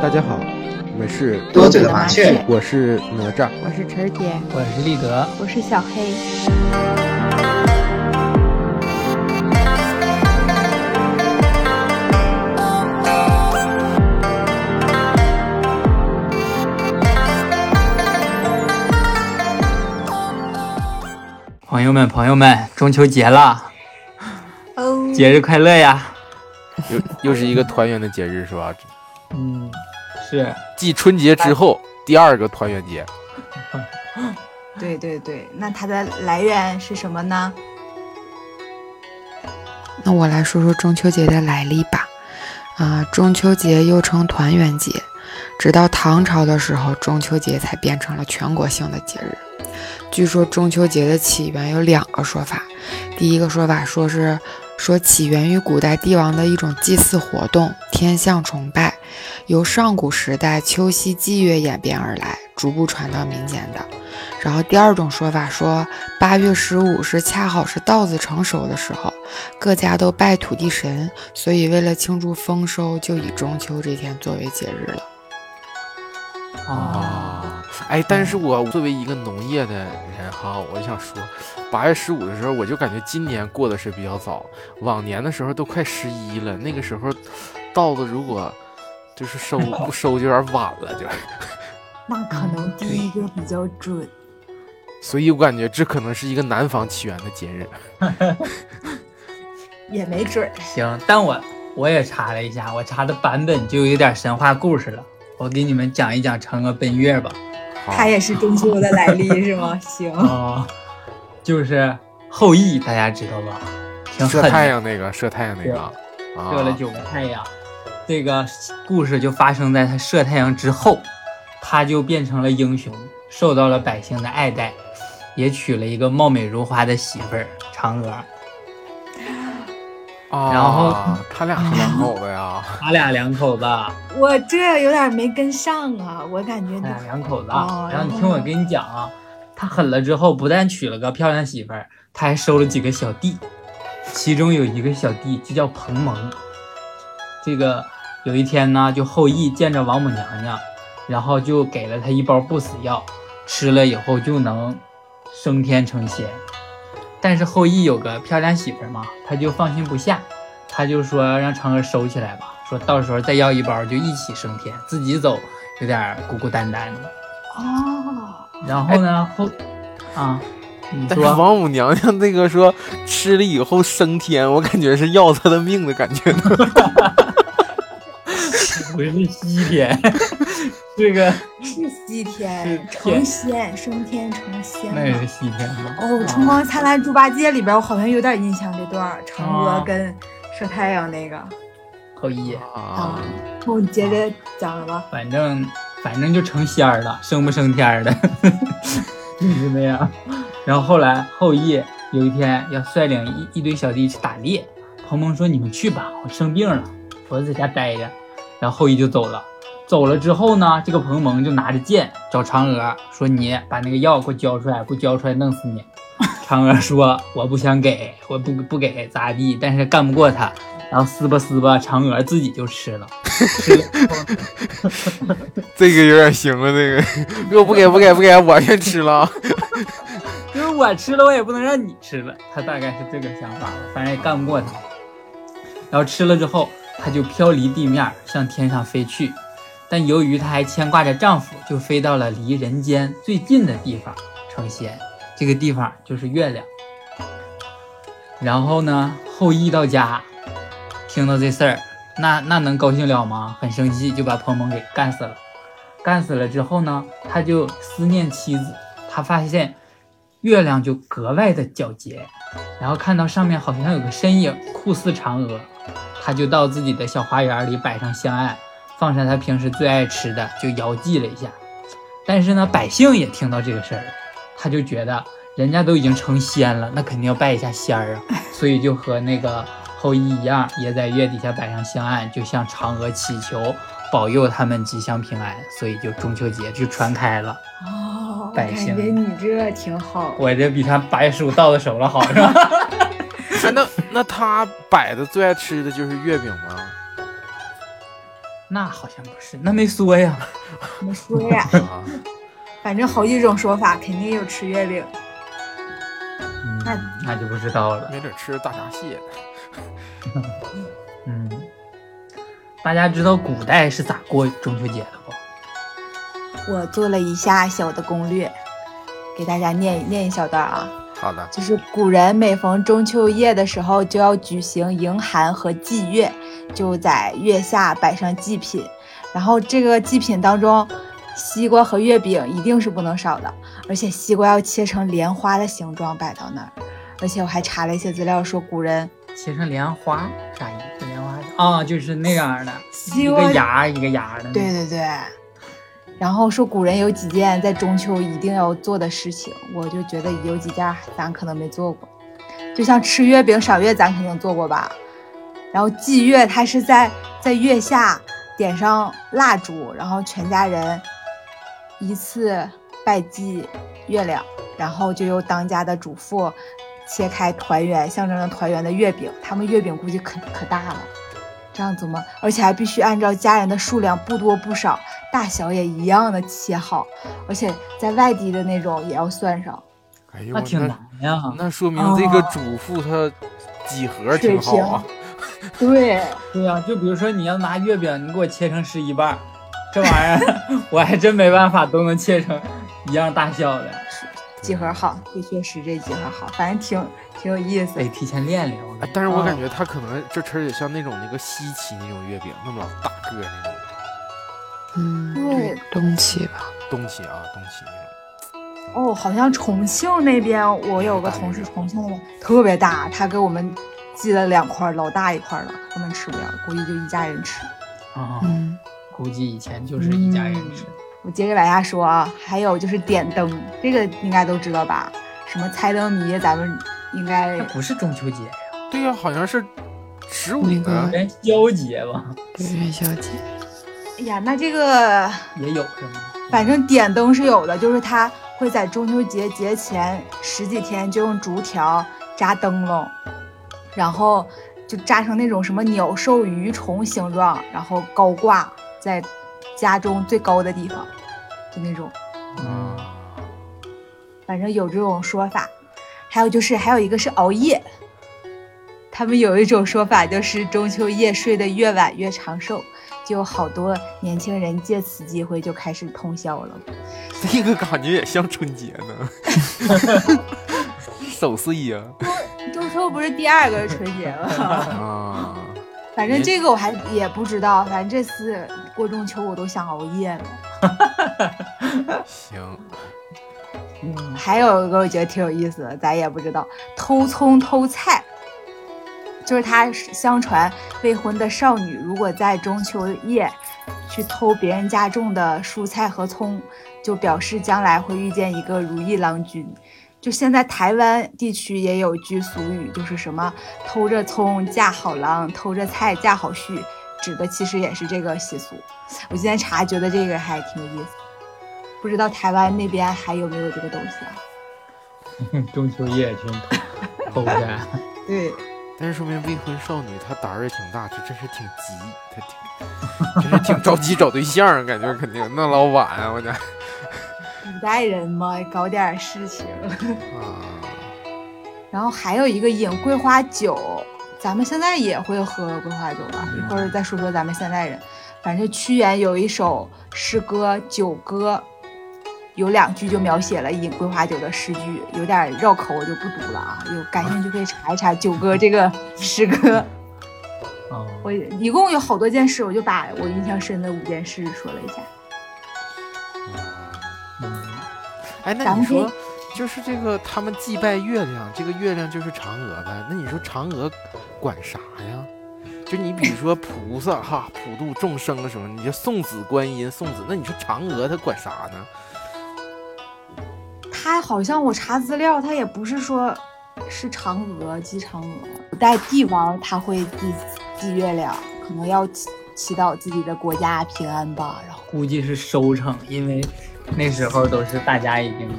大家好，我是多嘴的麻雀，我是哪吒，我是晨儿姐，我是立德，我是小黑。朋友们，朋友们，中秋节了，哦，节日快乐呀！又又是一个团圆的节日是吧？嗯，是继春节之后第二个团圆节，对对对，那它的来源是什么呢？那我来说说中秋节的来历吧。啊、中秋节又称团圆节，直到唐朝的时候，中秋节才变成了全国性的节日。据说中秋节的起源有两个说法，第一个说法说是说起源于古代帝王的一种祭祀活动——天象崇拜，由上古时代秋夕祭月演变而来，逐步传到民间的。然后第二种说法说，八月十五是恰好是稻子成熟的时候，各家都拜土地神，所以为了庆祝丰收，就以中秋这天作为节日了。哦，哎，但是我作为一个农业的人哈，我想说，八月十五的时候，我就感觉今年过的是比较早，往年的时候都快十一了，那个时候稻子如果就是收不收就有点晚了，就， 那可嗯能第一个比较准。所以我感觉这可能是一个南方起源的节日。也没准儿，行，但我我也查了一下，我查的版本就有点神话故事了。我给你们讲一讲嫦娥奔月吧。好它也是中秋的来历是 吗？行，哦，就是后羿，大家知道吧？挺射狠太的，阳那个，射太阳那个啊，啊射了九个太阳。这个故事就发生在他射太阳之后，他就变成了英雄，受到了百姓的爱戴，也娶了一个貌美如花的媳妇儿嫦娥。啊，然后他俩是两口子 呀，他俩两口子，我这有点没跟上啊，我感觉他俩你两口子。啊哦然后然你后听我呢跟你讲啊，他狠了之后，不但娶了个漂亮媳妇儿，他还收了几个小弟，其中有一个小弟就叫彭蒙。这个有一天呢，就后羿见着王母娘娘，然后就给了他一包不死药，吃了以后就能升天成仙。但是后羿有个漂亮媳妇儿嘛，他就放心不下，他就说让嫦娥收起来吧，说到时候再要一包就一起升天，自己走有点孤孤单单的。哦，然后呢，后啊，你但是说王母娘娘那个说吃了以后升天，我感觉是要他的命的感觉呢。不是西天，这个是西天是成仙，升天成仙那也了是。西天吗？哦，《春光灿烂猪八戒》里边，我好像有点印象这段儿嫦娥啊跟射太阳那个。后羿，啊，我你接着讲了吧。反正反正就成仙儿了，升不升天儿的， 就是那样。然后后来后羿有一天要率领一一堆小弟去打猎，鹏鹏说：“你们去吧，我生病了，我在家待着。”然后后羿就走了。走了之后呢，这个彭蒙就拿着剑找嫦娥说：“你把那个药给我交出来，不交出来弄死你。” 嫦娥说：“我不想给，我不不给咋地，但是干不过他。”然后撕吧撕吧，嫦娥自己就吃了。吃了以后呢这个有点行了，这个给我不给不给不给，我先吃了。啊就是我吃了，我也不能让你吃了。他大概是这个想法吧，反正也干不过他。然后吃了之后，他就飘离地面，向天上飞去。但由于她还牵挂着丈夫，就飞到了离人间最近的地方成仙。这个地方就是月亮。然后呢，后羿到家，听到这事儿，那那能高兴了吗？很生气，就把彭蒙给干死了。干死了之后呢，他就思念妻子，他发现月亮就格外的皎洁，然后看到上面好像有个身影酷似嫦娥，他就到自己的小花园里摆上香案，放上他平时最爱吃的，就遥祭了一下。但是呢，百姓也听到这个事儿了，他就觉得人家都已经成仙了，那肯定要拜一下仙儿啊，所以就和那个后羿一样，也在月底下摆上香案，就向嫦娥祈求保佑他们吉祥平安，所以就中秋节就传开了。哦，我百感姓觉你这挺好。 我这比他八月十五到的手了好是吧？哎那那他摆的最爱吃的就是月饼吗？ 那好像不是，那没说呀。怎么说呀？啊，反正好几种说法，肯定有吃月饼。嗯那，那就不知道了。没准吃大闸蟹。嗯，大家知道古代是咋过中秋节的不？我做了一下小的攻略，给大家念念一小段啊。好的，就是古人每逢中秋夜的时候，就要举行迎寒和祭月，就在月下摆上祭品，然后这个祭品当中，西瓜和月饼一定是不能少的，而且西瓜要切成莲花的形状摆到那儿，而且我还查了一些资料说，古人切成莲花，啥意思？莲花啊、就是那样的，西一瓜个芽儿一个芽儿的。对，对对，然后说古人有几件在中秋一定要做的事情，我就觉得有几件咱可能没做过，就像吃月饼、赏月，咱肯定做过吧。然后祭月，它是在在月下点上蜡烛，然后全家人依次拜祭月亮，然后就由当家的主妇切开团圆，象征着团圆的月饼。他们月饼估计可可大了。这样子吗？而且还必须按照家人的数量不多不少，大小也一样的切好，而且在外地的那种也要算上。哎呦，那挺难哦呀。那说明这个主妇她几何挺好啊，对，对呀、就比如说你要拿月饼，你给我切成十一瓣儿，这玩意儿 我还真没办法都能切成一样大小的。几何好，这确实这几何好，反正挺挺有意思得。提前练练。我哎跟但是我感觉她可能这吃也像那种那个西岐那种月饼，那么老大个儿那种嗯，对，东西吧，东西啊，东西那哦，好像重庆那边，我有个同事，重庆那边特别大，他给我们寄了两块，老大一块了，根本吃不了，估计就一家人吃。啊、嗯，估计以前就是一家人吃。我接着往下说啊，还有就是点灯，这个应该都知道吧？什么猜灯谜，咱们应该那不是中秋节呀，种。对呀、好像是十嗯五那呢个，元宵节吧？对元宵节，哎呀，那这个也有是吗？反正点灯是有的，就是它会在中秋节节前十几天就用竹条扎灯笼，然后就扎成那种什么鸟兽鱼虫形状，然后高挂在家中最高的地方，就那种，嗯，啊，反正有这种说法。还有就是还有一个是熬夜，他们有一种说法就是中秋夜睡得越晚越长寿，就有好多年轻人借此机会就开始通宵了。这个感觉也像春节 呢， 手撕一样中秋不是第二个春节 吗？啊，反正这个我还也不知道，反正这次过中秋我都想熬夜了。行，嗯还有一个我觉得挺有意思的，咱也不知道偷葱偷菜，就是他相传未婚的少女如果在中秋夜去偷别人家种的蔬菜和葱，就表示将来会遇见一个如意郎君。就现在台湾地区也有句俗语，就是什么“偷着葱嫁好郎，偷着菜嫁好婿”，指的其实也是这个习俗。我今天查觉得这个还挺有意思。不知道台湾那边还有没有这个东西啊？中秋夜去 偷着，对，但是说明未婚少女她胆儿也挺大，这真是挺急，她挺， 真是挺着急找对象儿，感觉肯定弄老晚啊，我讲古代人嘛，搞点事情。啊。然后还有一个饮桂花酒，咱们现在也会喝桂花酒吧？一会儿再说说咱们现代人。反正屈原有一首诗歌《酒歌》，有两句就描写了饮桂花酒的诗句，有点绕口，我就不读了啊。有感兴趣可以查一查《酒歌》这个诗歌。哦，我一共有好多件事，我就把我印象深的五件事说了一下。嗯哎，那咱你们可以说，就是这个他们祭拜月亮，这个月亮就是嫦娥呗。那你说嫦娥管啥呀？就你比如说菩萨哈，普度众生什么，你就送子观音、送子，那你说嫦娥她管啥呢？他好像我查资料，他也不是说是嫦娥祭嫦娥，古代帝王他会祭祭月亮，可能要祈祈祷自己的国家平安吧。然后估计是收成，因为那时候都是大家已经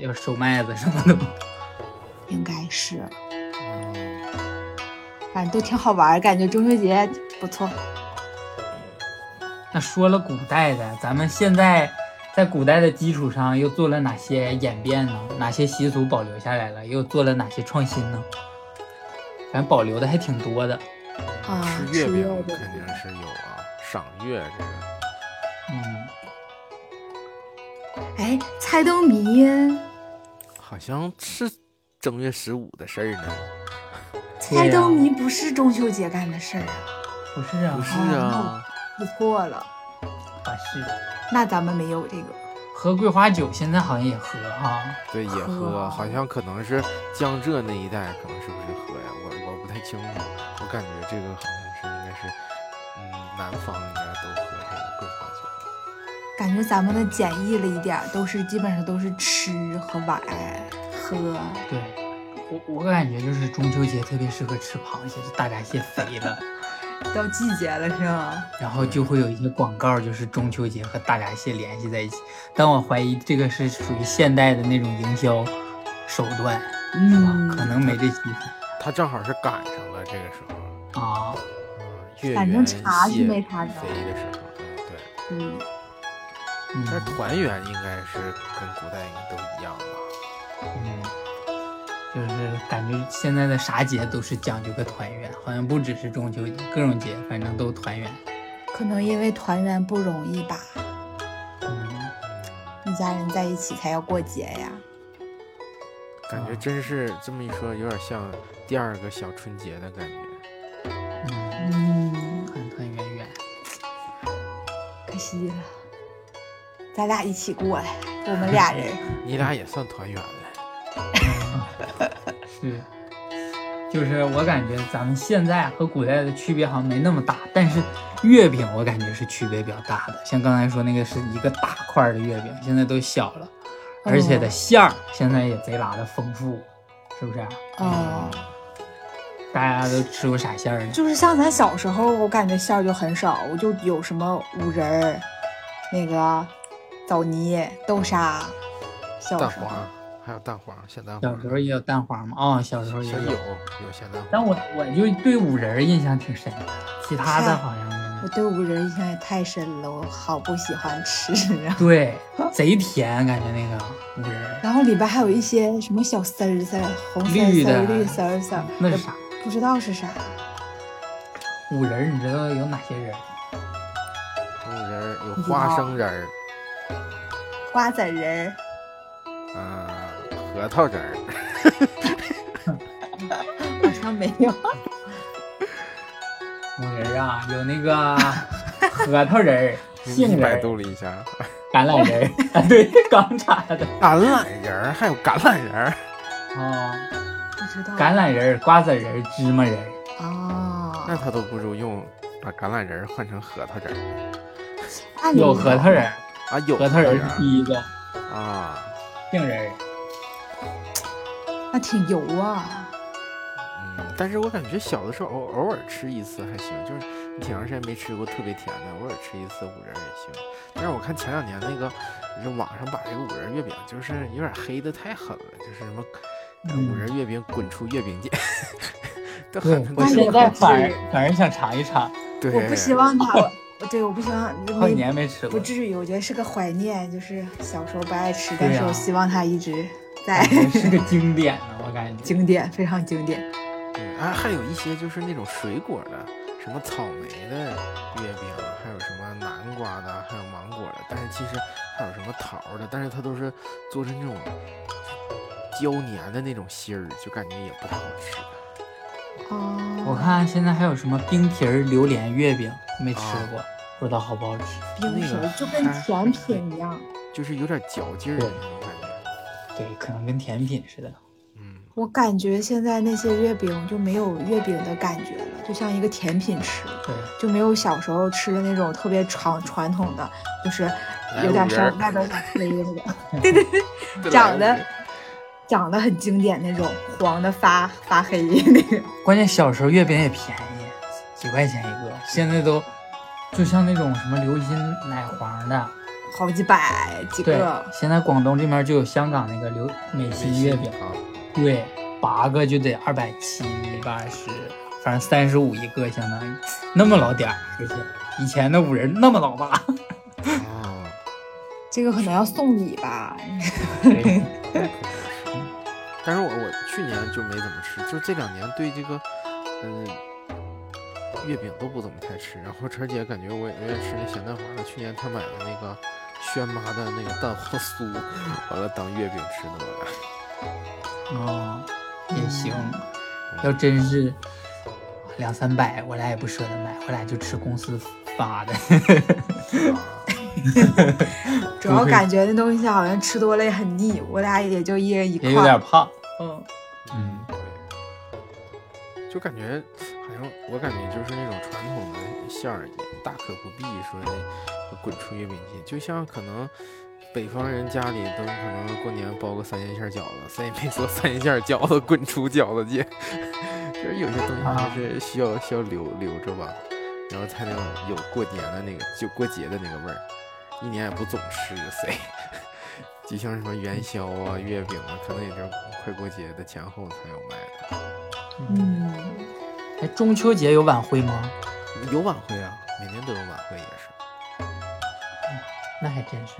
要收麦子什么的嘛。应该是，嗯反正都挺好玩儿，感觉中秋节不错。那说了古代的，咱们现在在古代的基础上又做了哪些演变呢？哪些习俗保留下来了？又做了哪些创新呢？咱保留的还挺多的。啊，吃月吃饼饼肯定是有啊，赏月这个嗯，哎，猜灯谜，好像是正月十五的事儿呢，猜对呀灯谜不是中秋节干的事儿啊，不是啊不，是哦啊？记错了，啊是那咱们没有这个。喝桂花酒，现在好像也喝啊哈、对，也喝喝，啊好像可能是江浙那一带，可能是不是喝呀？我我不太清楚，我感觉这个好像是应该是，嗯，南方应该都喝这个桂花酒。感觉咱们的简易了一点儿，都是基本上都是吃和玩喝。对，我我感觉就是中秋节特别适合吃螃蟹，就大闸蟹肥了，到季节了是吧？然后就会有一些广告，就是中秋节和大闸蟹联系在一起。但我怀疑这个是属于现代的那种营销手段，是吧？嗯可能没这习俗他正好是赶上了这个时候，啊。嗯，月哦反圆正蟹查是没查着肥的时候，嗯，对。嗯，嗯但是团圆应该是跟古代应该都一样吧？嗯，就是感觉现在的啥节都是讲究个团圆，好像不只是中秋节，各种节反正都团圆。可能因为团圆不容易吧，嗯，一家人在一起才要过节呀。感嗯觉真是这么一说，有点像第二个小春节的感觉。嗯，嗯，团团圆圆。可惜了，咱俩一起过来，我们俩人。 你俩也算团圆了，是，就是我感觉咱们现在和古代的区别好像没那么大，但是月饼我感觉是区别比较大的。像刚才说那个是一个大块儿的月饼，现在都小了，而且的馅儿现在也贼拉的丰富，是不是？哦，大家都吃过啥馅儿呢？就是像咱小时候，我感觉馅儿就很少，我就有什么五仁儿，那个枣泥、豆沙，小蛋时候。黄，还有蛋黄，咸蛋黄。小时候也有蛋黄吗？哦，小时候也小有有。有咸蛋但黄，我我就对五仁儿印象挺深的，其他的好像我对五仁印象也太深了，我好不喜欢吃。 对贼甜，感觉那个五仁儿然后里边还有一些什么小丝儿丝儿、红丝儿绿丝的儿、绿丝儿丝儿，那是啥？不知道是啥。五仁儿你知道有哪些仁儿？有仁儿，有不知花道生仁儿，瓜子仁儿、嗯，核桃仁儿，好像没有。五仁儿啊，有那个核桃仁 儿、杏你仁百儿、度了 一下，橄榄仁儿， 啊，对，刚查的橄榄仁儿，还有橄榄仁儿，哦， 不知道。橄榄仁儿、瓜子仁儿、芝麻仁儿，那哦，他都不如用把橄榄仁儿换成核桃仁儿按理有核桃仁儿，啊，有核桃仁儿是儿第一个，啊，杏仁儿，那挺油啊。嗯，但是我感觉小的时候偶偶尔吃一次还行，就是你挺长时间没吃过特别甜的，偶尔吃一次五仁儿也行。但是我看前两年那个，就网上把这个五仁儿月饼就是有点黑的太狠了，就是什么呃嗯五仁儿月饼滚出月饼界， 都对喊他我那现也在不反至而于反而想尝一尝，对，我不希望 他，我对，我不希望。好几年没吃不过，至于，我觉得是个怀念，就是小时候不爱吃，对但呀是我希望它一直在感。觉是个经典呢，我感觉。 经典，非常经典。对，啊，还有一些就是那种水果的，什么草莓的月饼，还有什么南瓜的，还有芒果的，但是其实还有什么桃儿的，但是它都是做成这种胶粘的那种芯儿，就感觉也不太好吃。哦，我看现在还有什么冰皮儿榴莲月饼，没吃啊过，不知道好不好吃。冰那皮个儿就跟还甜品一样。就是有点嚼劲儿的那种感觉。对，可能跟甜品似的。嗯，我感觉现在那些月饼就没有月饼的感觉了，就像一个甜品吃，对，就没有小时候吃的那种特别传传统的，就是有来点五仁稍儿外边像黑的那个，对对对，长得长得很经典那种，黄的发发黑那个。关键小时候月饼也便宜，几块钱一个，现在都就像那种什么流心奶黄的，好几百几对个，，现在广东这边就有香港那个流美心月饼，啊，对，八个就得二百七、八十，反正三十五一个，相当于那么老点儿，而且以前的五仁那么老 大。啊，这个可能要送礼吧。嗯但是我我去年就没怎么吃，就这两年对这个，嗯、月饼都不怎么太吃。然后而且感觉我也愿意吃那咸蛋黄了。去年他买的那个轩妈的那个蛋黄酥，完了当月饼吃的了。哦，也行，要真是两三百，我俩也不舍得买，我俩就吃公司发的。 主要感觉那东西好像吃多了也很腻，我俩也就一人一块也有点儿。胖。嗯，嗯，就感觉好像我感觉就是那种传统的馅儿，大可不必说那滚出月饼机，就像可能北方人家里都可能过年包个三鲜馅儿饺子，谁也没说三鲜馅儿饺子滚出饺子界， 就是有些东西还是需要需要留留着吧，然后才能有过年的那个就过节的那个味儿，一年也不总吃谁。 就像什么元宵啊、月饼啊，可能也就是快过节的前后才有卖的。嗯，哎，中秋节有晚会吗？有晚会啊，每年都有晚会也是。那还真是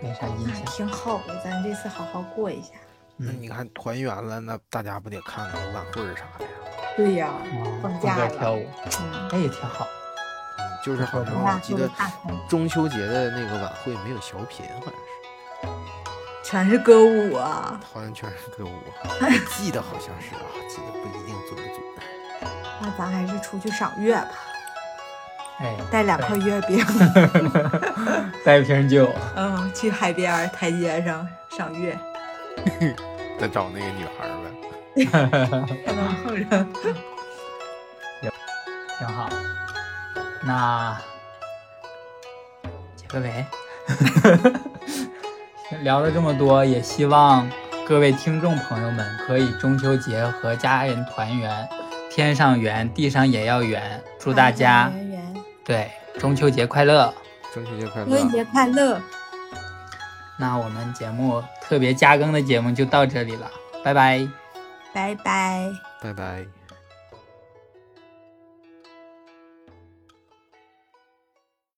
没啥印那象。挺好的，咱这次好好过一下。那你看团圆了，那大家不得看看晚会儿啥的呀？对呀、哦放假放了假跳舞，哎嗯，那也挺好。嗯，就是好像那我记做个得嗯大餐，中秋节的那个晚会没有小品，好像是，全是歌舞啊。好像全是歌舞，我记得好像是啊，记得不一定准不准。那咱还是出去赏月吧， 哎，带两块月饼，带一瓶酒， 嗯，去海边儿台阶上赏月，再找那个女孩儿呗。嗯 还能碰上。挺好。那结个尾， 聊了这么多，也希望各位听众朋友们可以中秋节和家人团圆，天上圆，地上也要圆。祝大家团圆圆对中秋节快乐！中秋节快中乐秋！节快乐，那我们节目特别加更的节目就到这里了，拜拜。拜拜。拜拜。